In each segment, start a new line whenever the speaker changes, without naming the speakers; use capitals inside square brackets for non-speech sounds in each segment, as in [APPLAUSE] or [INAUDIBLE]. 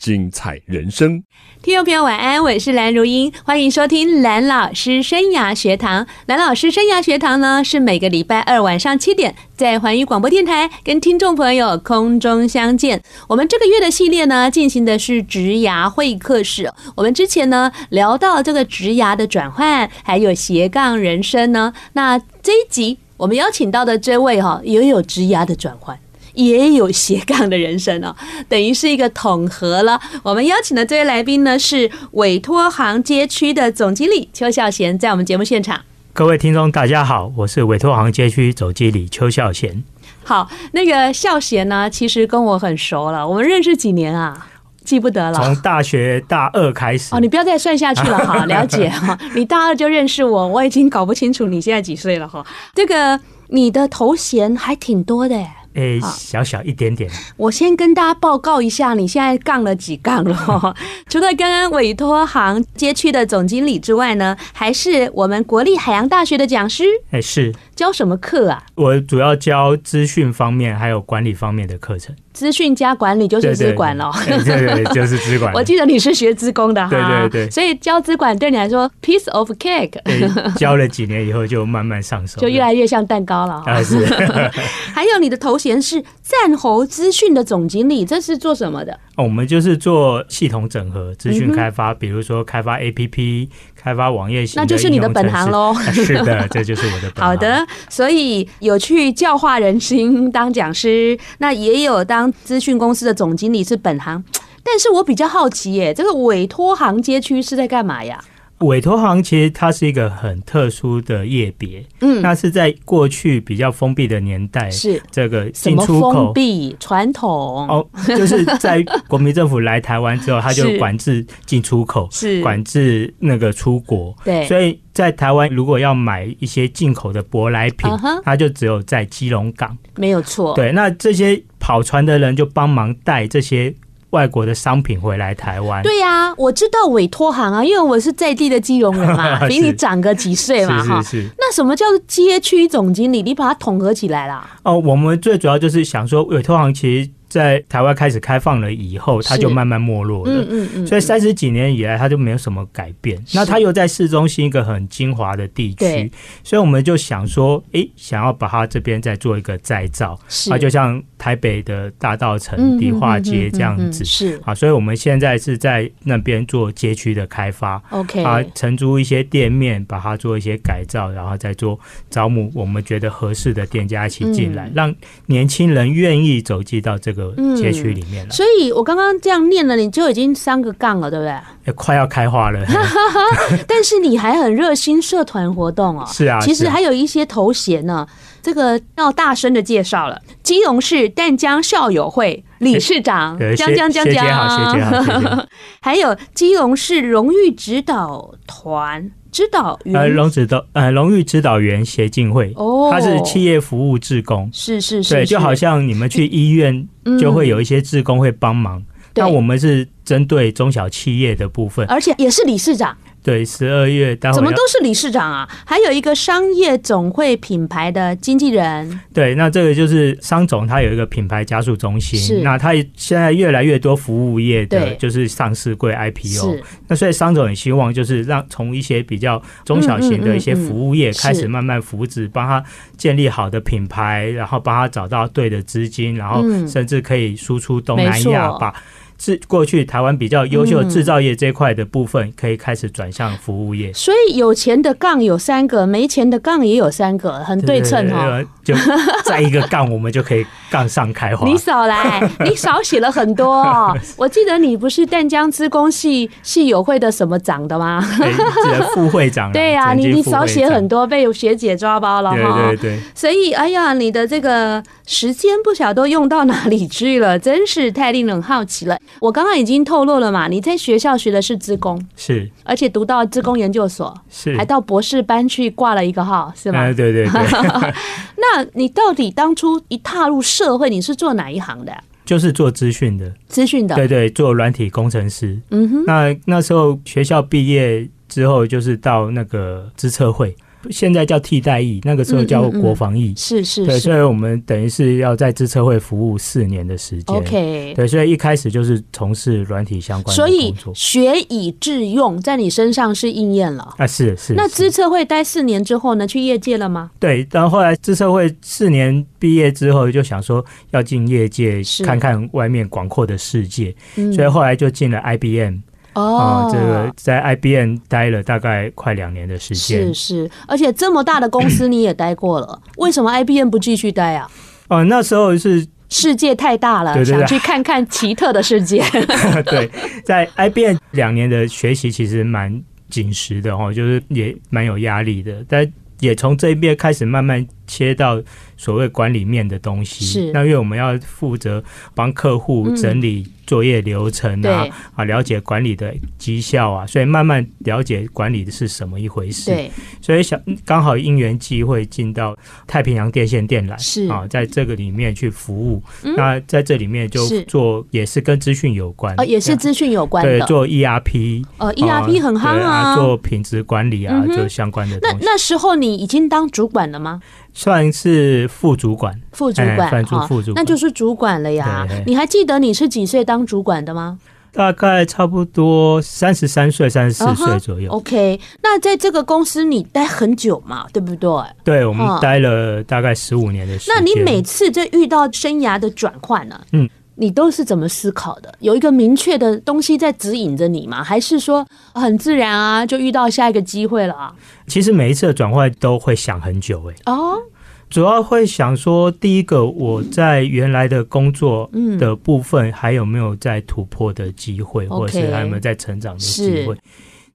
精彩人生。
听众朋友，晚安，我是蓝如英，欢迎收听蓝老师生涯学堂。蓝老师生涯学堂呢，是每个礼拜二晚上七点在环宇广播电台跟听众朋友空中相见。我们这个月的系列呢，进行的是职涯会客室。我们之前呢聊到这个职涯的转换，还有斜杠人生呢。那这一集我们邀请到的这位哈、也有职涯的转换。也有斜杠的人生哦，等于是一个统合了。我们邀请的这位来宾呢是委托行街区的总经理邱孝贤，在我们节目现场。
各位听众，大家好，我是委托行街区总经理邱孝贤。
好，那个孝贤呢，其实跟我很熟了，我们认识几年啊？记不得
从
了。
大学大二开始，
哦，你不要再算下去了哈，了解哈。你大二就认识我，我已经搞不清楚你现在几岁了哈。这个你的头衔还挺多的耶
诶、
好
哎小小一点点，
我先跟大家报告一下，你现在杠了几杠了 [LAUGHS] 哦？除了刚刚委托行街区的总经理之外呢，还是我们国立海洋大学的讲师，
诶、哎是
教什么课啊？
我主要教资讯方面还有管理方面的课程，
资讯加管理就是资管咯。
对对对诶
[LAUGHS]
对对，就是资管。
我记得你是学资工的哈，
对对对
所以教资管对你来说 piece of cake
诶哎教了几年以后就慢慢上手
[LAUGHS]
了，
就越来越像蛋糕了哈。
啊是
[LAUGHS] 还有你的头衔是战猴资讯的总经理，这是做什么的？
哦我们就是做系统整合、资
嗯
讯
哼
开发，比如说开发 APP、开发网页型，
那就是你的本行。喽。
啊是的，这就是我的本行。
好的，所以有去教化人心当讲师，那也有当资讯公司的总经理是本行。但是我比较好奇耶，这个委托行街区是在干嘛呀？
委托行其实它是一个很特殊的业别，
嗯
那是在过去比较封闭的年代，
是
这个
什
进
么
出
封
口。
闭传统？
哦，就是在国民政府来台湾之后，他就是管制进出口，
是
管制那个出国。
对
所以在台湾如果要买一些进口的舶来品
嗯哼，
它就只有在基隆港。
没有错，
对，那这些跑船的人就帮忙带这些外国的商品回来台湾。
对呀、我知道委托行啊，因为我是在地的基隆人嘛，
是
比你长个几岁嘛哈
是。是是。
那什么叫做街区总经理？你把它统合起来啦。
哦，我们最主要就是想说，委托行其实在台湾开始开放了以后，它
是
就慢慢没落了。
嗯嗯嗯，
所以三十几年以来，它就没有什么改变。
是
那它又在市中心一个很精华的地
对
区，所以我们就想说，诶、想要把它这边再做一个再造，
是
啊，就像台北的大道
嗯
城、迪化街这样
嗯嗯嗯嗯嗯
子
是
啊，所以我们现在是在那边做街区的开发。
OK
啊，承租一些店面，把它做一些改造，然后再做招募我们觉得合适的店家一起进来，
嗯
让年轻人愿意走进到这个街区里面了。
所以我刚刚这样念了，你就已经三个杠了，对
[LAUGHS]
不对？
哎快要开花
[LAUGHS]
了，
但是你还很热心社团活动哦。
是啊
其实
是啊
还有一些头衔呢，这个要大声的介绍了。基隆市淡江校友会理事长
对
江江江
学学姐好学姐好学
江
姐，
[LAUGHS] 还有基隆市荣誉指导团指导员。
呃，荣指导呃荣誉指导员协进会，
哦
他是企业服务志工，
是是是，
对，
是
就好像你们去医院
嗯
就会有一些志工会帮忙，
对
那我们是针对中小企业的部分，
而且也是理事长，
对，十二月待会
怎么
要
都是理事长啊？还有一个商业总会品牌的经纪人，
对，那这个就是商总，它有一个品牌加速中
是
心，那它现在越来越多服务业的
对，
就是上市柜 IPO，
是
那所以商总很希望就是让从一些比较中小
嗯
型
嗯嗯
的一些服务业
嗯
开
是
始慢慢扶植，帮他建立好的品牌，然后帮他找到对的资金，然后
嗯
甚至可以输出东
没
南
错
亚，把是过去台湾比较优秀制造业这一块的部分，可以开始转向服务业。
所以有钱的杠有三个，没钱的杠也有三个，很对称 [LAUGHS] 哦。
呃，就再一个杠，我们就可以杠上开花。
你少来，你少写了很多哦。我记得你不是淡江资工系系友会的什么长的吗？
哎这个副会长啊，
对呀、
曾
你
经
你
副会
少写
长
很多，被学姐抓包了哈。
对对对，
所以，哎呀，你的这个时间不晓得都用到哪里去了，真是太令人好奇了。我刚刚已经透露了嘛，你在学校学的是资工，
是
而且读到资工研究所，
是，
还到博士班去挂了一个号，是吗？[LAUGHS]
哎对对对，
那你到底当初一踏入社会，你是做哪一行的啊、
就是做资讯的，
资讯的，
对对，做软体工程师。
啊嗯哼，
那那时候学校毕业之后，就是到那个资策会，现在叫替代役，那个时候叫
嗯嗯嗯
国防役。
是是
对，
是
所以我们等于是要在资策会服务四年的时间。
，OK。
对，所以一开始就是从事软体相关的
所以
工作。
学以致用，在你身上是应验了。
啊，是是。
那
是
资策会待四年之后呢，去业界了吗？
对，然后后来自社会四年毕业之后，就想说要进业界
是
看看外面广阔的世界，
嗯
所以后来就进了 IBM 啊、
哦，
这个在 IBM 待了大概快两年的时间
是。是，而且这么大的公司你也待过
[COUGHS]
了，为什么 IBM 不继续待啊？
哦、那时候是
世界太大了，
对对对
想去看看奇特的世界。
[LAUGHS] 对，在 IBM 两年的学习其实蛮紧实的哦，就是也蛮有压力的，但也从这一边开始慢慢切到所谓管理面的东西。
是
那因为我们要负责帮客户
嗯
整理作业流程啊，
对
啊，了解管理的绩效啊，所以慢慢了解管理的是什么一回事。，
对，
所以想刚好因缘际会进到太平洋电线电缆，
是
啊，在这个里面去服务。
嗯
那在这里面就是做也是跟资讯有关，
呃，也是
对
资讯有关
对
的，
做 ERP。
呃，ERP 很夯
对啊，
啊。
做品质管理啊，
嗯哼
就相关的
那
东西，
那时候你已经当主管了吗？
算是副主管。
副主
哎
管
算是
哈
副主
那
管
就是主管了呀
对对。
你还记得你是几岁当主管的吗
大概差不多三十三岁、三十
啊
四
哈
岁左右
？OK，那在这个公司你待很久嘛，对不对？
对我们
嗯
待了大概十五年的时间。
那你每次这遇到生涯的转换呢、
嗯，
你都是怎么思考的？有一个明确的东西在指引着你吗？还是说很自然啊，就遇到下一个机会了啊？
其实每一次的转换都会想很久、欸，
哦，
主要会想说，第一个我在原来的工作
嗯
的部分还有没有在突破的机会，
OK
或者是还有没有在成长的机会
是。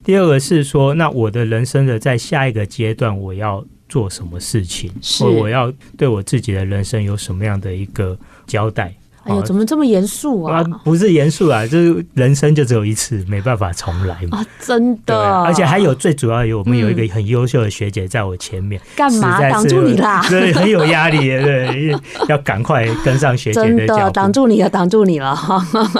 第二个是说，那我的人生的在下一个阶段我要做什么事情，
是
或我要对我自己的人生有什么样的一个交代。
哎呦，
啊
怎么这么严肃
啊
啊？，
不是严肃啊，就是人生就只有一次，没办法重来嘛。
啊，真
对
的
啊，，而且还有最主要有我们
嗯
有一个很优秀的学姐在我前面，
干嘛
实在是
挡住你啦？
[LAUGHS] 对，很有压力耶，对，要赶快跟上学姐
真
的脚
的
步。
挡住你了，挡住你了。 [LAUGHS]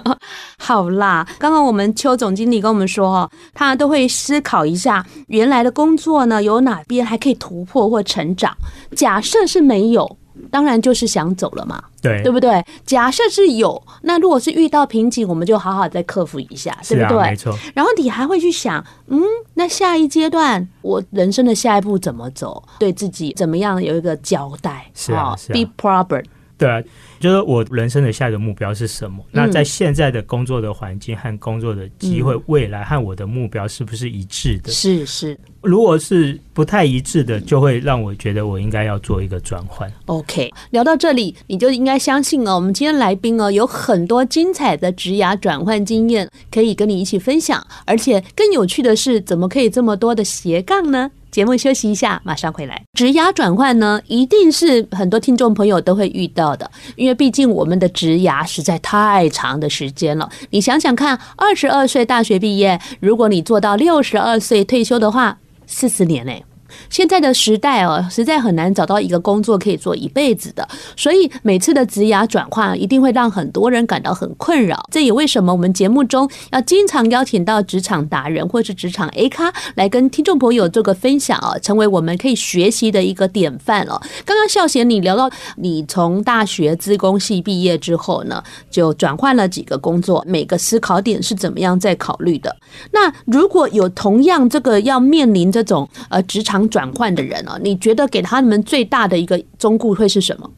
好啦，刚刚我们邱总经理跟我们说哦，他都会思考一下原来的工作呢有哪边还可以突破或成长。假设是没有，当然就是想走了嘛，
对
对不对？假设是有，那如果是遇到瓶颈，我们就好好再克服一下，
是
对
啊，
不
没
对？
错，
然后你还会去想，嗯，那下一阶段我人生的下一步怎么走？对自己怎么样有一个交代？
是啊
哦
是啊
b e proper，
对啊，就是我人生的下一个目标是什么？
嗯
那在现在的工作的环境和工作的机会，未来和我的目标是不是一致的？
是是。
如果是不太一致的，就会让我觉得我应该要做一个转换。
OK，聊到这里，你就应该相信哦，我们今天来宾哦有很多精彩的职涯转换经验可以跟你一起分享，而且更有趣的是，怎么可以这么多的斜杠呢？节目休息一下，马上回来。职涯转换呢，一定是很多听众朋友都会遇到的，因为毕竟我们的职涯实在太长的时间了。你想想看，二十二岁大学毕业，如果你做到六十二岁退休的话，四十年嘞、现在的时代哦，实在很难找到一个工作可以做一辈子的，所以每次的职涯转换一定会让很多人感到很困扰。这也为什么我们节目中要经常邀请到职场达人或是职场 A 咖来跟听众朋友做个分享哦，成为我们可以学习的一个典范哦。刚刚孝贤你聊到你从大学资工系毕业之后呢，就转换了几个工作，每个思考点是怎么样在考虑的？那如果有同样这个要面临这种呃职场转换的人哦，你觉得给他们最大的一个忠告会是什么？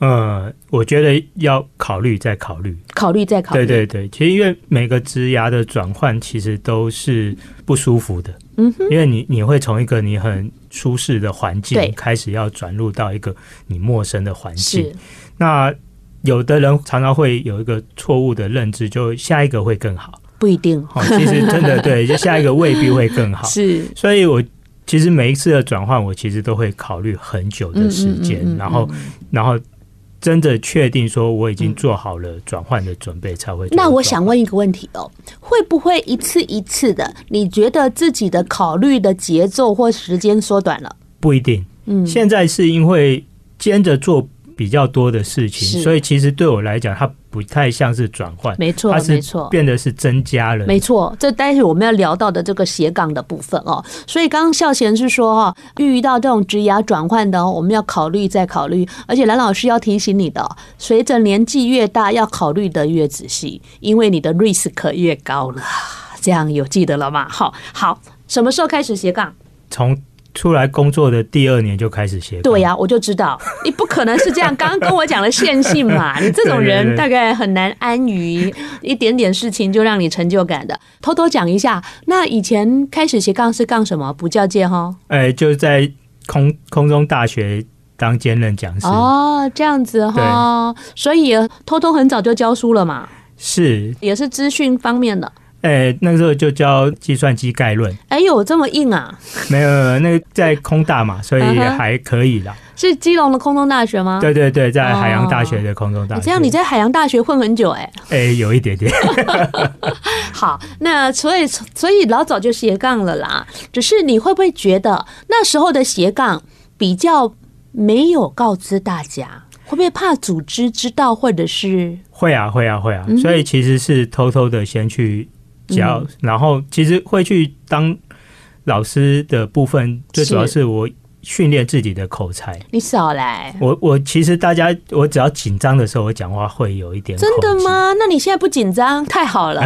呃，我觉得要考虑再考虑。
考虑再考虑，
对对对，其实因为每个职涯的转换其实都是不舒服的，
嗯
哼，因为你你会从一个你很舒适的环
对
境开始要转入到一个你陌生的环境
是，
那有的人常常会有一个错误的认知，就下一个会更好，
不一定哦 [LAUGHS]
好、其实真的对，就下一个未必会更好，
是
所以我。其实每一次的转换，我其实都会考虑很久的时间，
嗯嗯嗯嗯嗯嗯
然后，然后真的确定说我已经做好了转换的准备，才会做
那我
转
想问一个问题哦，会不会一次一次的，你觉得自己的考虑的节奏或时间缩短了？
不一定。
嗯，
现在是因为兼着做比较多的事情，
是
所以其实对我来讲，它不太像是转换，
没错
它，是
没错。
变得是增加了。
没错，这待会我们要聊到的这个斜杠的部分哦。所以刚刚孝贤是说哦，遇到这种职涯转换的哦，我们要考虑再考虑。而且蓝老师要提醒你的哦，随着年纪越大，要考虑的越仔细，因为你的 risk 越高了。这样有记得了吗？好，好，什么时候开始斜杠？
从出来工作的第二年就开始斜杠，
对呀、我就知道你不可能是这样。刚刚跟我讲了线性
[LAUGHS]
嘛，你这种
对
人
对对
大概很难安于一点点事情就让你成就感的。偷偷讲一下，那以前开始斜杠是杠什么？不教界哈。
哎，就在空空中大学当兼任讲师，
哦，这样子哈，所以偷偷很早就教书了嘛，
是
也是资讯方面的。
哎，那时候就教计算机概论， [LAUGHS]
哎呦，这么硬啊！
没有没有，那个在空大嘛，所以
嗯哼
还可以啦。
是基隆的空中大学吗？
对对对，在海洋大学的空中大
你哦
学，
哎这样你在海洋大学混很久哎、
哎有一点点，
好，那所以所以老早就斜杠了啦。只是你会不会觉得那时候的斜杠比较没有告知大家？会不会怕组织知道，或者是
会啊会啊会啊
嗯哼，
所以其实是偷偷的先去教，
嗯
然后其实会去当老师的部分，最主要
是
是我训练自己的口才。
你少来？
我我其实大家，我只要紧张的时候，我讲话会有一点
真的
口疾？
吗？那你现在不紧张，太好了，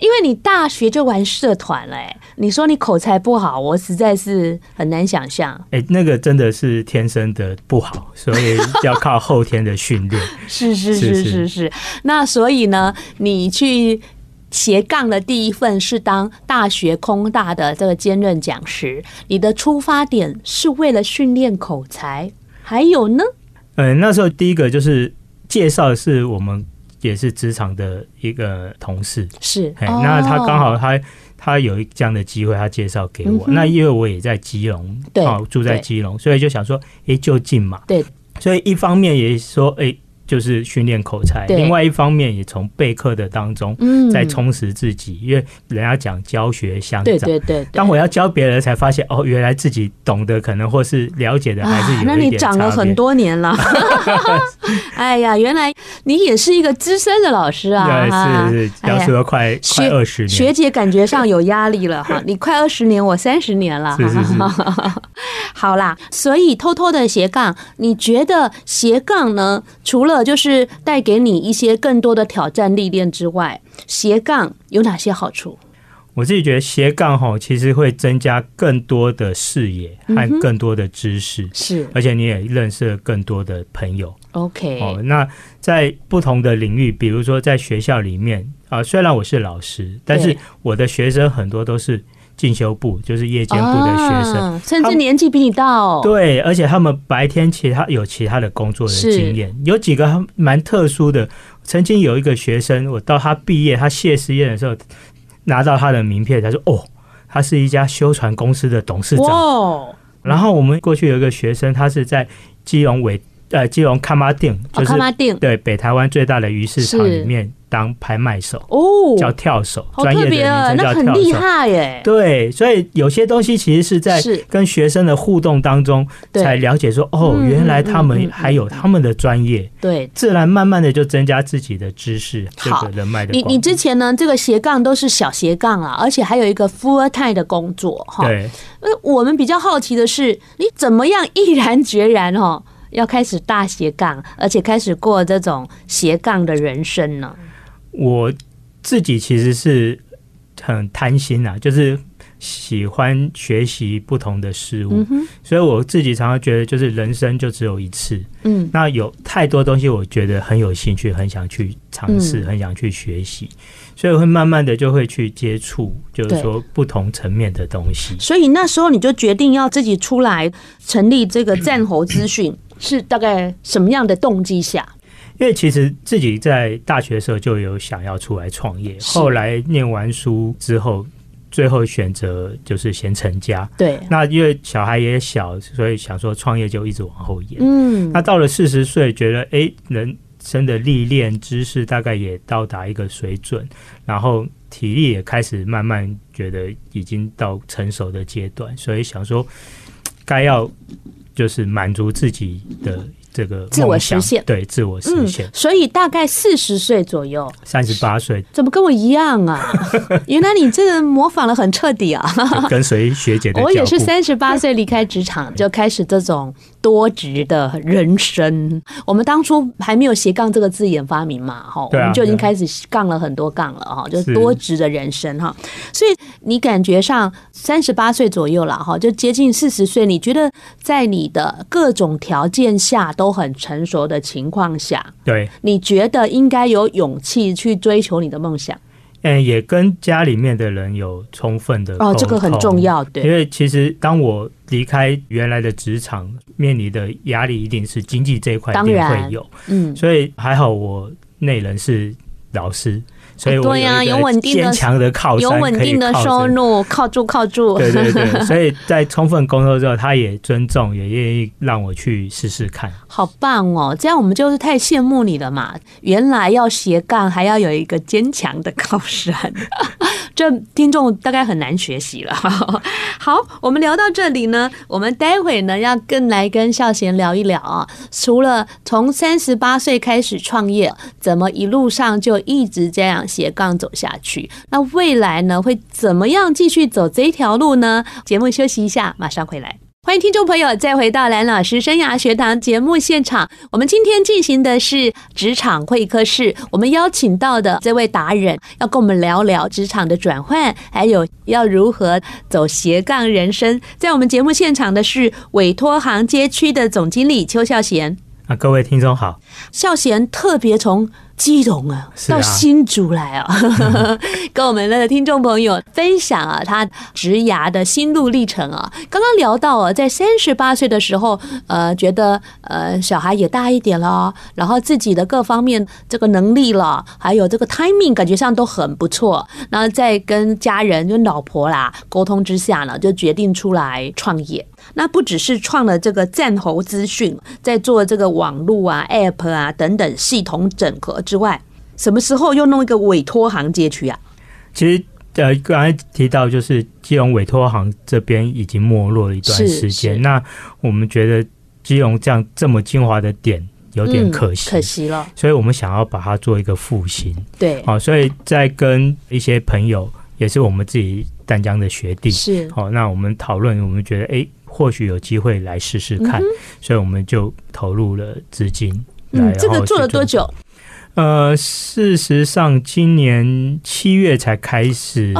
因为你大学就玩社团嘞、你说你口才不好，我实在是很难想象。
哎、那个真的是天生的不
[LAUGHS]
好，所以要靠后天的训练。
是是
是
是
是
是是。那所以呢，你去斜杠的第一份是当大学空大的这个兼任讲师，你的出发点是为了训练口才，还有呢，
嗯、那时候第一个就是介绍是我们也是职场的一个同事，
是
哎、那他刚
哦
好他他有一这样的机会，他介绍给
嗯
我。
哼
那因为我也在基隆，
对
哦，住在
对
基隆，所以就想说，哎、就近嘛。
对，
所以一方面也说，哎、就是训练口才，
对
另外一方面也从备课的当中
嗯
在充实自己，因为人家讲教学相长。
对对对对。
当我要教别人，才发现哦，原来自己懂得可能或是了解的还是有一点、
啊那你长了很。多年了， [LAUGHS] 哎呀，原来你也是一个资深的老师啊！哈
[LAUGHS] 对，是是，
哎呀
教书了快、快二十年
学，姐感觉上有压力了
[LAUGHS]
哈，你快二十年，我三十年了，
是是是
[LAUGHS] 好啦，所以偷偷的斜杠，你觉得斜杠呢？除了就是带给你一些更多的挑战历练之外，斜杠有哪些好处？
我自己觉得斜杠吼，其实会增加更多的视野
嗯
和更多的知识，
是
而且你也认识了更多的朋友。
OK，、
哦，那在不同的领域，比如说在学校里面啊、虽然我是老师，但是
对
我的学生很多都是进修部，就是夜间部的学生。
啊、甚
他
至
们
年纪比你大哦。
对，而且他们白天其他有其他的工作的
是
经验，有几个还蛮特殊的。曾经有一个学生，我到他毕业，他谢师宴的时候，拿到他的名片，他说：“哦，他是一家修船公司的董事
哇
长。
哦，”
然后我们过去有一个学生，他是在基隆尾呃基
哦
隆看马店，
我
就是
看他定
对北台湾最大的鱼市场
是
里面当拍卖手，
哦，
叫跳手，
好
专业
特
的
别啊，
名称
那
叫
很
跳
厉
手。
害耶。
对，所以有些东西其实是在
是
跟学生的互动当中
对
才了解说，哦，
嗯
原来
嗯
他
嗯
们
嗯
还有他们的专业，
对，
自然慢慢的就增加自己的知识，这
好
个人脉的
你
广
你之前呢，这个斜杠都是小斜杠啊，而且还有一个 full time 的工作哈。
对，
呃，我们比较好奇的是，你怎么样毅然决然哦，要开始大斜杠，而且开始过这种斜杠的人生呢？
我自己其实是很贪心啊，就是喜欢学习不同的事物，
嗯哼，
所以我自己常常觉得，就是人生就只有一次，
嗯，
那有太多东西，我觉得很有兴趣，很想去尝试，
嗯
很想去学习，所以会慢慢的就会去接触，就是说不同层面的东西。
所以那时候你就决定要自己出来成立这个战猴资讯，是大概什么样的动机下？
因为其实自己在大学的时候就有想要出来创业，
是
后来念完书之后，最后选择就是先成家。
对，
那因为小孩也小，所以想说创业就一直往后延。
嗯
那，到了四十岁，觉得诶人生的历练、知识大概也到达一个水准，然后体力也开始慢慢觉得已经到成熟的阶段，所以想说嘖该要就是满足自己的这个
自我
梦想
实现
对自我实
嗯
现，。
所以大概四十岁左右，
三十
[LAUGHS]
八岁
怎么跟我一样啊？ [LAUGHS] 原来你真的模仿了很彻底啊！
就跟随学姐的
我
脚
也
步
是，三十
[LAUGHS]
八岁离开职场，就开始这种多职的人生。我们当初还没有斜杠这个字眼发明嘛，哈、我
对啊啊
们就已经
对
开始杠了很多杠了，哈，就是
是
多职的人生哈。所以你感觉上三十八岁左右了，哈，就接近四十岁，你觉得在你的各种条件下都很成熟的情况下，
对，
你觉得应该有勇气去追求你的梦想？
嗯，也跟家里面的人有充分的
哦，这个很
沟通
重要，对
因。为其实当我离开原来的职场，面临的压力一定是经济这一块一
当
定
然
会有，
嗯，
所以还好我内人是老师，所以
啊
我
对啊
一个
有稳定的
坚强的靠山，
有稳定的
可以靠着
收。入，靠住靠住。
对
[LAUGHS]
对对，所以在充分工作之后，他也尊重，也愿意让我去试试看。
好棒哦！这样我们就是太羡慕你了嘛。原来要斜杠，还要有一个坚强的靠山， [LAUGHS] 这听众大概很难学习了。 [LAUGHS] 好，我们聊到这里呢，我们待会呢要更来跟孝贤聊一聊啊。除了从三十八岁开始创业，怎么一路上就一直这样斜杠走下去？那未来呢会怎么样继续走这一条路呢？节目休息一下，马上回来。欢迎听众朋友再回到蓝老师生涯学堂节目现场。我们今天进行的是职场会客室，我们邀请到的这位达人要跟我们聊聊职场的转换，还有要如何走斜杠人生。在我们节目现场的是委托行街区的总经理邱孝贤，
啊，各位听众好，
孝贤特别从基隆啊
是啊
到新竹来啊， [LAUGHS] 跟我们的听众朋友分享啊他职涯的心路历程啊。刚刚聊到啊，在三十八岁的时候，呃，觉得呃小孩也大一点了，然后自己的各方面这个能力了，还有这个 timing 感觉上都很不错。然后再跟家人跟老婆啦沟通之下呢，就决定出来创业。那不只是创了这个战猴资讯，在做这个网络啊、App 啊等等系统整合之外，什么时候又弄一个委托行街区啊？
其实。呃，刚才提到就是基隆委托行这边已经没落了一段
是
时
是
间，那我们觉得基隆这样这么精华的点有点可
嗯，
惜，
可惜了。
所以我们想要把它做一个复兴。
对，
好、所以在跟一些朋友，也是我们自己淡江的学弟，
是
好、那我们讨论，我们觉得诶，或许有机会来试试看，所以我们就投入了资金。来
嗯，这个做了多？
然
久
后去？呃，事实上，今年七月才开
哦
始，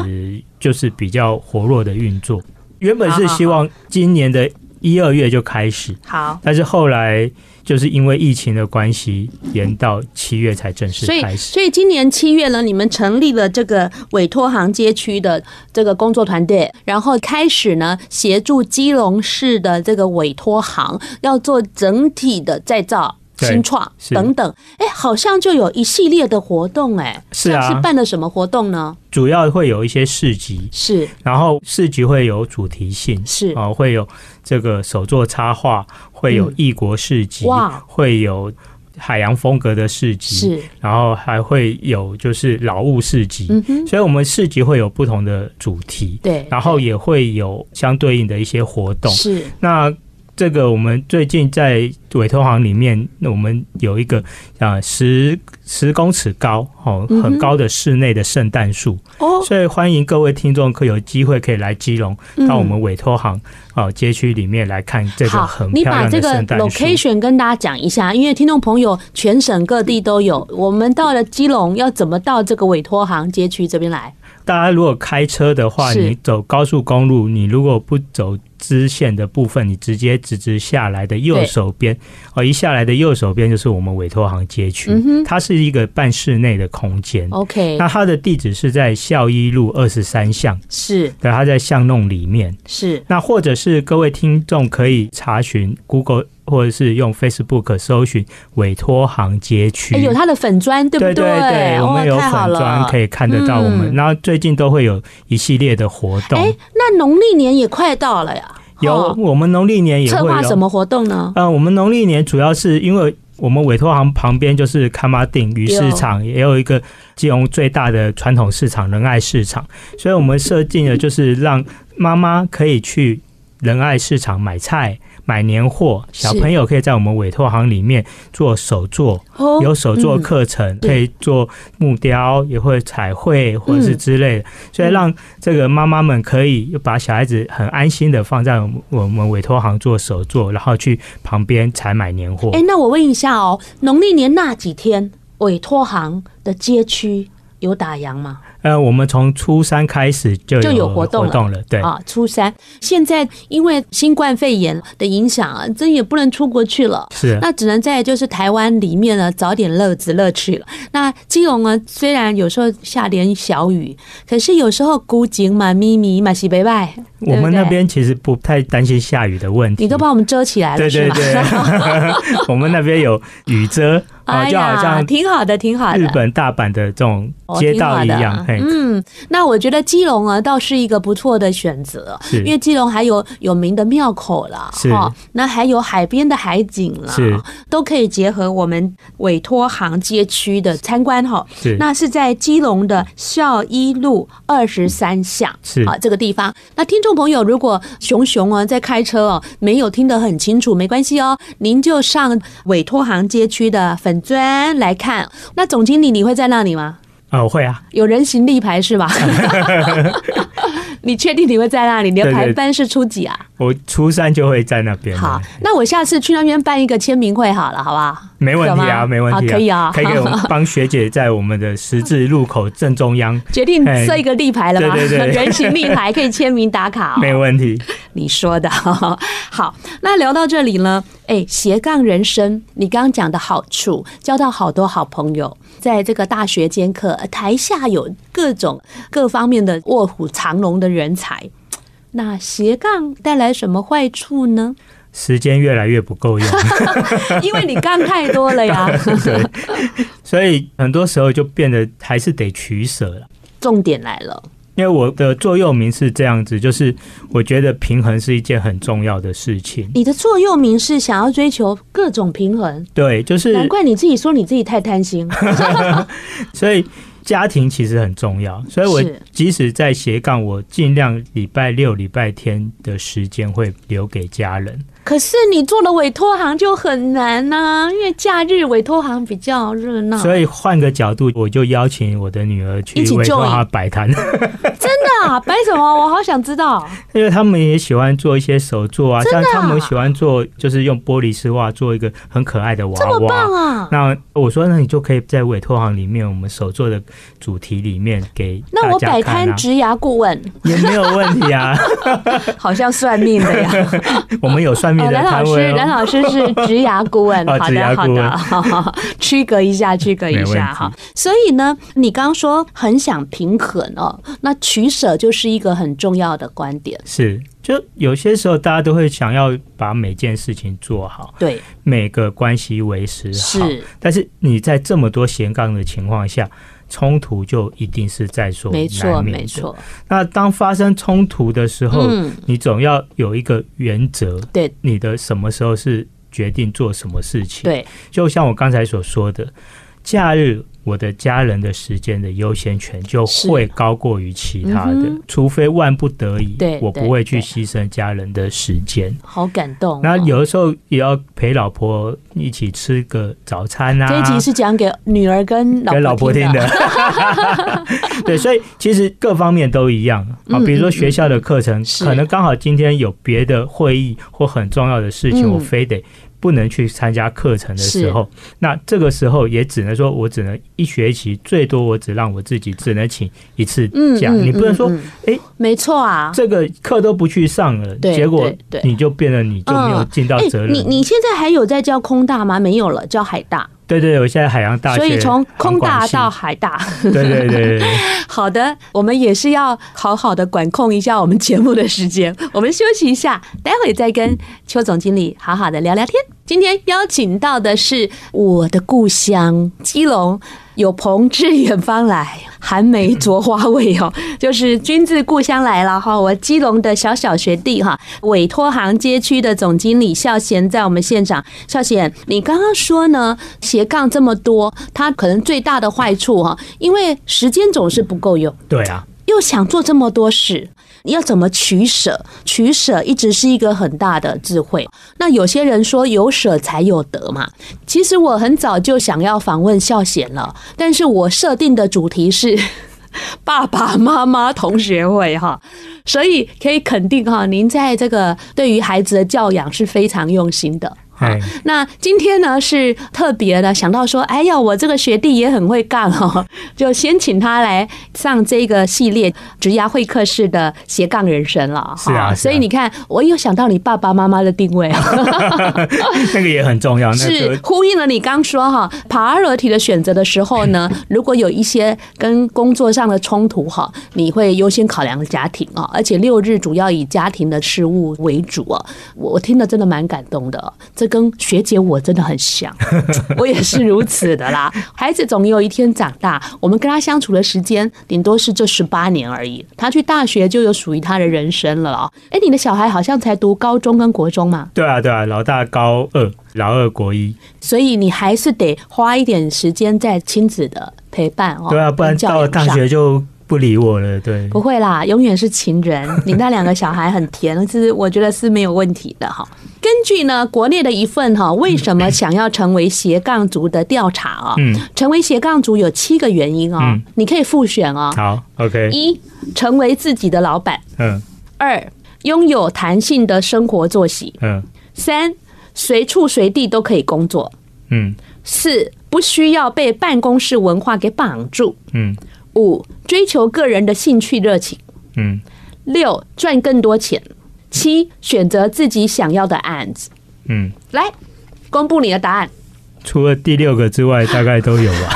就是比较活络的运作。原本是
好好
希望今年的一二月就开始，
好，
但是后来就是因为疫情的关系，延到七月才正式
所
开
以
始。
所以今年七月呢，你们成立了这个委托行街区的这个工作团队，然后开始呢协助基隆市的这个委托行要做整体的再造。
对
新创
是
等等，哎，好像就有一系列的活动，哎，
是啊
像是办了什么活动呢？
主要会有一些市集，
是
然后市集会有主题性，
是
啊、会有这个手作插画，会有
嗯
异国市集，
哇
会有海洋风格的市集，
是，
然后还会有就是劳务市集，
嗯哼，
所以我们市集会有不同的主题，
对，
然后也会有相对应的一些活动，
是
那这个我们最近在委托行里面，那我们有一个啊十十公尺高哦
嗯哼
很高的室内的圣诞树，
哦，
所以欢迎各位听众可有机会可以来基隆
嗯
到我们委托行哦街区里面来看这个
好，
很
你
漂
把
亮
这
的
个
圣诞树。
location 跟大家讲一下，因为听众朋友全省各地都有。我们到了基隆，要怎么到这个委托行街区这边来？
大家如果开车的话，
是
你走高速公路，你如果不走支线的部分，你直接直直下来的右手边，哦，一下来的右手边就是我们委托行街区，
嗯哼哦
它是一个半室内的空间。
？OK，
那它的地址是在孝一路二十三巷，
是
对，它在巷弄里面。
是，
那或者是各位听众可以查询 Google 或者是用 Facebook 搜寻委托行街区。
哎，有他的粉砖，对不
对对，我
哇，
们有
太
粉
好
砖
了
可。以看得到我们，
嗯
然后最近都会有一系列的活动，
哎，那农历年也快到了呀，
有
哦
我们农历年也
策
会
划
有
什。么活动呢？
嗯、我们农历年主要是因为我们委托行旁边就是卡马町鱼市场，
哦
也有一个基隆最大的传统市场仁爱市场，所以我们设定的就是让妈妈可以去仁爱市场买菜、买年货，小朋友可以在我们委托行里面做手作，
哦嗯
有手作课程，可以做木雕，也会彩绘或者是之类的，所以
嗯
让这个妈妈们可以把小孩子很安心的放在我们我们委托行做手作，然后去旁边采买年货。
哎、那我问一下哦，农历年那几天，委托行的街区有打烊吗？
呃，我们从初三开始就
就有
有
活
活
动了
动了，对，
啊，初三。现在因为新冠肺炎的影响啊，真也不能出国去了。
是。
那只能在就是台湾里面呢找点乐子乐趣了。那基隆呢，虽然有时候下点小雨，可是有时候古井嘛、咪咪嘛、西北外，
我
对不
们
对
那边其实不太担心下雨的问题，
你都把我们遮起来了，
对对
是吗？
对， [LAUGHS] 我们那边有雨遮啊，
[LAUGHS] 哎
就好
呀，
像
挺好的，挺好的。
日本大阪的这种
哦
街道一
挺好
样
的，
嘿，
嗯，那我觉得基隆啊，倒是一个不错的选择，
是
因为基隆还有有名的庙口啦，
是
哦，那还有海边的海景啦
是，
都可以结合我们委托行街区的参观哈、
是
那是在基隆的孝一路二十三巷，
是
啊这个地方。那听众朋友如果熊熊啊在开车哦，没有听得很清楚，没关系哦，您就上委托行街区的粉砖来看。那总经理你会在那里吗？
啊，我会啊，
有人形立牌是
[LAUGHS]
吧？你确定你会在那里？你的
对对
排班是初几啊？
我初三就会在那边，
好，那我下次去那边办一个签名会好了，好不好？
没问题
有吗
啊，没问题，
好可以啊
可以给我们帮学姐在我们的十字路口正中央，
决定设一个立牌了吗？
哎对对对
[LAUGHS] 人形立牌可以签名打卡、哦。
[LAUGHS] 没问题，
你说的。 [LAUGHS] 好，那聊到这里呢，哎，斜杠人生，你刚刚讲的好处，交到好多好朋友，在这个大学兼课，呃台下有各种各方面的卧虎藏龙的人才。那斜杠带来什么坏处呢？
时间越来越不够
[LAUGHS]
用，
因为你杠太多了
[LAUGHS]
呀。
所以很多时候就变得还是得取舍了。
重点来了，
因为我的座右铭是这样子，就是我觉得平衡是一件很重要的事情。
你的座右铭是想要追求各种平衡，
对，就是
难怪你自己说你自己太贪
[LAUGHS]
心。
所以家庭其实很重要。所以我
是
即使在斜杠，我尽量礼拜六、礼拜天的时间会留给家人。
可是你做了委托行就很难呐、因为假日委托行比较热闹。
所以换个角度，我就邀请我的女儿
嗯
去
一起
委
join
托她摆
[LAUGHS]
摊，[LAUGHS]
真的、啊，摆什么？我好想知道。
因为他们也喜欢做一些手作啊，像
的啊
他们喜欢做，就是用玻璃丝袜做一个很可爱的娃
这么棒
娃。
啊！
那我说，那你就可以在委托行里面，我们手做的主题里面给
那
大
我
家
摆
看啊
摊职涯顾问，
也没有问题
[LAUGHS]
啊。
好像算命的呀。
我们有算命
哦，
的
蓝
摊
老
位啊
师，蓝老师是职涯顾
[LAUGHS]
问。
哦
好
职
的，
涯
好
顾
的，
问
好好区隔一下，区隔一
没问
下
题
哈。所以呢，你刚说很想平衡哦，那取舍就是一个很重要的观点。
是，就有些时候大家都会想要把每件事情做好，
对，
每个关系维持好。
是
但是你在这么多斜杠的情况下，冲突就一定是在所
没错，
难免
没
的。
错，
那当发生冲突的时候，
嗯
你总要有一个原则，
对
你的什么时候是决定做什么事情。，
对，
就像我刚才所说的，假日我的家人的时间的优先权就是会高过于其他的，
嗯
除非万不得已
对，
我
对
不会去
对
牺牲家人的时间。
好感动哦。
那有的时候也要陪老婆一起吃个早餐啊。
这一集是讲给女儿跟
跟
老
老
婆
婆听
的。
的，
[LAUGHS]
对，所以其实各方面都一样啊。
嗯
比如说学校的课程，
是
可能刚好今天有别的会议或很重要的事情，
嗯
我非得不能去参加课程的时候，那这个时候也只能说我只能一学期最多我只让我自己只能请一次
嗯，
假，
嗯
你不能说
嗯嗯
诶
没错啊。
这个课都不去上了，
对
结果
对对
你就变得你就没有尽到
哎
责任。
你你现在还有在教空大吗？没有了，教海大。
对对，我现在海洋大学，
所以从空
航管
大
系
到海大，
对对对对对。
[LAUGHS] 好的，我们也是要好好的管控一下我们节目的时间。我们休息一下，待会再跟邱总经理好好的聊聊天。今天邀请到的是我的故乡基隆，有朋自远方来，寒梅着花未哦， [LAUGHS] 就是君自故乡来了哈。我基隆的小小学弟哈，委托行街区的总经理孝贤在我们现场。孝贤，你刚刚说呢，斜杠这么多，它可能最大的坏处哈，因为时间总是不够用。
对啊，
又想做这么多事，你要怎么取舍？取舍一直是一个很大的智慧。那有些人说有舍才有得嘛，其实我很早就想要访问孝贤了，但是我设定的主题是 [LAUGHS] 爸爸妈妈同学会哈，所以可以肯定哈，您在这个对于孩子的教养是非常用心的。
哎，
那今天呢是特别的，想到说，哎呀，我这个学弟也很会干哦， [LAUGHS] 就先请他来上这个系列职涯会客室的斜杠人生了哈
是啊是啊
所以你看，我有想到你爸爸妈妈的定位，啊
[LAUGHS] 那个也很重要，那
是
个
呼应了你刚说哈，priority 的选择的时候呢，如果有一些跟工作上的冲突哈，你会优先考量家庭啊，而且六日主要以家庭的事务为主啊。我我听了真的蛮感动的，啊这跟学姐我真的很像，我也是如此的啦。孩子总有一天长大，我们跟他相处的时间顶多是这十八年而已，他去大学就有属于他的人生了哦。哎，你的小孩好像才读高中跟国中嘛？
对啊对啊，老大高二，老二国一，
所以你还是得花一点时间在亲子的陪伴哦。
对啊，不然
跟教
到了
养
大
上
学就不理我了，对。
不会啦，永远是情人。你那两个小孩很甜，是我觉得是没有问题的哈。根据呢国内的一份哈为什么想要成为斜杠族的调查啊、哦，
嗯，
成为斜杠族有七个原因哦，
嗯
你可以复选哦。
好，OK，
一，成为自己的老板；
嗯
二，拥有弹性的生活作息；
嗯
三，随处随地都可以工作；
嗯
四不需要被办公室文化给绑住；
嗯
五追求个人的兴趣热情；
嗯
六赚更多钱；七选择自己想要的案子。
嗯，
来，公布你的答案，
除了第六个之外，大概都
[LAUGHS]
有吧。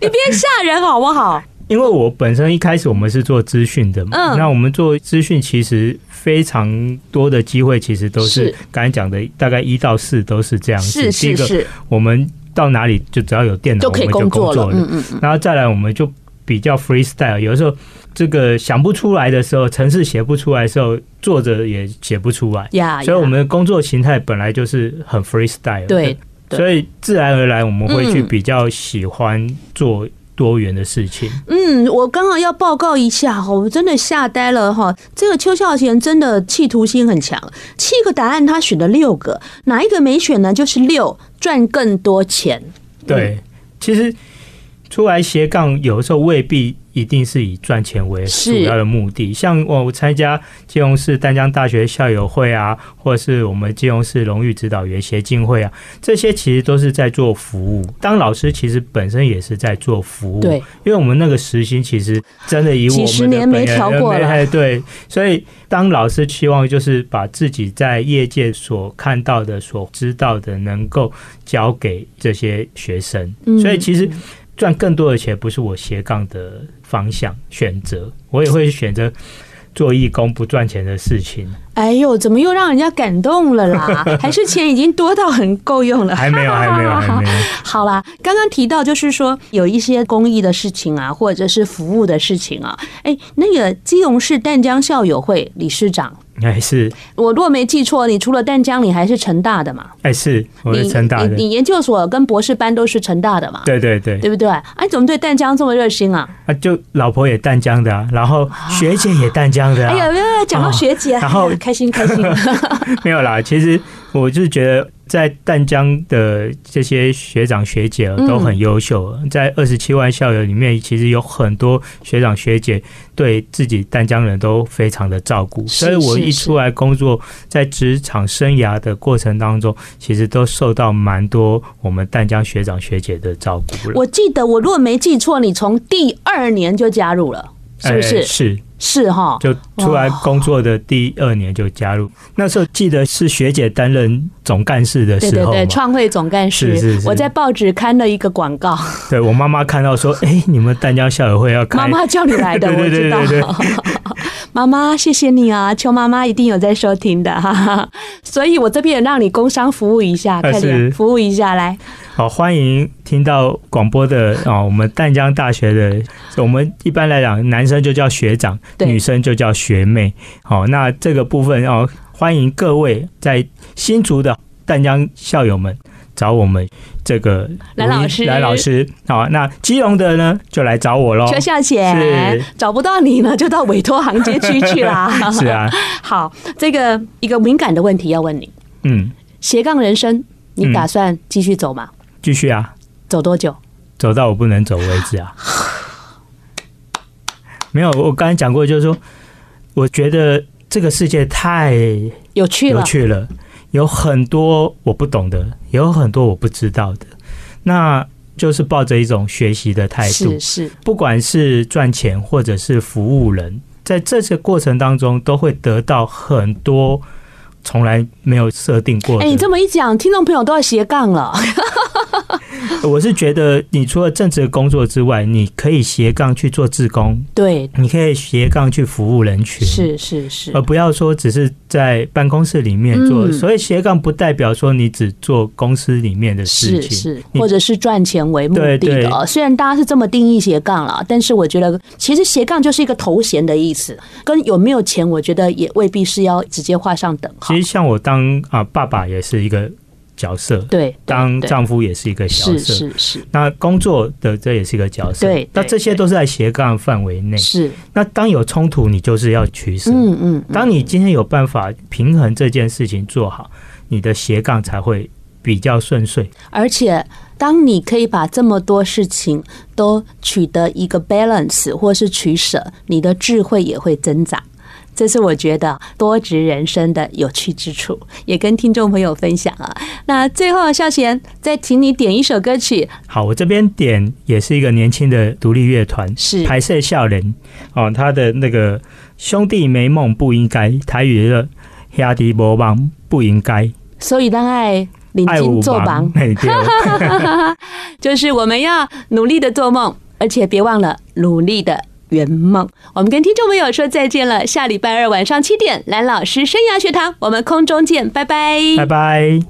你别吓人好不好？
因为我本身一开始我们是做资讯的嘛，
嗯
那我们做资讯其实非常多的机会，其实都是
是
刚才讲的，大概一到四都是这样子。
是
第
是
一个
是，
我们到哪里就只要有电脑，
就
我
可
们
以
就
工
工
作了。
了。
嗯嗯嗯，
然后再来，我们就比较 freestyle，有的时候这个想不出来的时候，程式写不出来的时候，作者也写不出来，
呀，
所以我
呀
们的工作形态本来就是很 freestyle 的。
对对
所以自然而然我们会去
嗯
比较喜欢做多元的事情。
嗯，我刚好要报告一下哈，我真的吓呆了哈。这个邱孝贤真的企图心很强，七个答案他选了六个，哪一个没选呢？就是六赚更多钱。嗯
对，其实出来斜杠有的时候未必一定是以赚钱为
是
主要的目的。像我我参加基隆市丹江大学校友会啊，或者是我们基隆市荣誉指导员协进会啊，这些其实都是在做服务。当老师其实本身也是在做服务，
对，
因为我们那个时薪其实真的以我们
几
的
十年
本
没
人
调过了
哎对，所以当老师期望就是把自己在业界所看到的、所知道的，能够教给这些学生。
嗯
所以其实赚更多的钱不是我斜杠的方向选择，我也会选择做义工不赚钱的事情。
哎呦，怎么又让人家感动了
[LAUGHS]
啦？还是钱已经多到很够用了？
还没有，还没有，还没有。
[LAUGHS] 好啦，刚刚提到就是说有一些公益的事情啊，或者是服务的事情啊。哎，那个基隆市淡江校友会理事长，
哎是
我若没记错，你除了淡江，你还是成大的嘛？
哎是，我
你
是成大的
你，你研究所跟博士班都是成大的嘛？
对对对。
对不对？哎，怎么对淡江这么热心啊？
啊，就老婆也淡江的、啊，然后学姐也淡江的、啊。
哎呀，没有没有讲到学姐，
然后
哎呀开心开
[LAUGHS]
心。
没有啦，其实我就是觉得在淡江的这些学长学姐啊
嗯
都很优秀，啊在二十七万校友里面，其实有很多学长学姐对自己淡江人都非常的照顾，
是
所以我一
是
出来工作，在职场生涯的过程当中，其实都受到蛮多我们淡江学长学姐的照顾了。
我记得我若没记错，你从第二年就加入了，是不是？
哎是，
是哈，
就出来工作的第二年就加入，那时候记得是学姐担任总干事的
对
时
对
候嘛。
对，创会总干事，
是是是
我在报纸刊了一个广告，
[LAUGHS] 对我妈妈看到说，哎、你们淡江校友会要开，
妈妈叫你来的，
[LAUGHS] 对对对
我知
对
道。 [LAUGHS] 妈妈，谢谢你啊！邱妈妈一定有在收听的， [LAUGHS] 哈哈。所以我这边也让你工商服务一下，
呃
快点
是
服务一下来。
好欢迎听到广播的啊、哦我们淡江大学的，我们一般来讲，男生就叫学长，
对
女生就叫学妹。好、那哦这个部分哦，欢迎各位在新竹的淡江校友们。找我们这个
蓝老师
蓝老师。好，那基隆的呢，就来找我喽。
邱孝贤
是。
找不到你呢，就到委托行街区去啦
[LAUGHS] 是，啊，
[LAUGHS] 好，这个一个敏感的问题要问你：
嗯，
斜杠人生，你
嗯
打算继续走吗？
继续啊，
走多久？
走到我不能走为
[LAUGHS]
止啊。没有，我刚才讲过，就是说，我觉得这个世界太
有趣
有
了，
趣了，有很多我不懂的，也有很多我不知道的。那就是抱着一种学习的态度
是，是，
不管是赚钱或者是服务人，在这些过程当中都会得到很多从来没有设定过的。
哎、你这么一讲，听众朋友都要斜杠了。 [LAUGHS]
我是觉得，你除了正职的工作之外，你可以斜杠去做志工，
对，
你可以斜杠去服务人群，，
是是是
而，不要说只是在办公室里面做。
嗯
所以斜杠不代表说你只做公司里面的
是
事情，
是，
你
或者是赚钱为目的
嗯对对
的哦。虽然大家是这么定义斜杠了，但是我觉得其实斜杠就是一个头衔的意思，跟有没有钱，我觉得也未必是要直接画上等号
其。实像我当啊、爸爸也是一个角色，
对，对
当
对
丈夫也是一个角色，
是是是
那工作的这也是一个角色，
对对
那这些都是在斜杠范围内。
是，
那当有冲突，你就是要取舍。
嗯嗯嗯，
当你今天有办法平衡这件事情做好，你的斜杠才会比较顺遂。
而且，当你可以把这么多事情都取得一个 balance 或是取舍，你的智慧也会增长。这是我觉得多职人生的有趣之处，也跟听众朋友分享啊。那最后，孝贤再请你点一首歌曲，
好，我这边点也是一个年轻的独立乐团，
是
排斥笑脸哦，他的那个兄弟没梦不应该，台语的兄弟没梦不应该，
所以当爱领
爱
金
无
做榜
忙，， [LAUGHS] 嘿对哦，
就是我们要努力的做梦，而且别忘了努力的圆梦。我们跟听众朋友说再见了，下礼拜二晚上七点，蓝老师生涯学堂，我们空中见，拜拜
拜拜。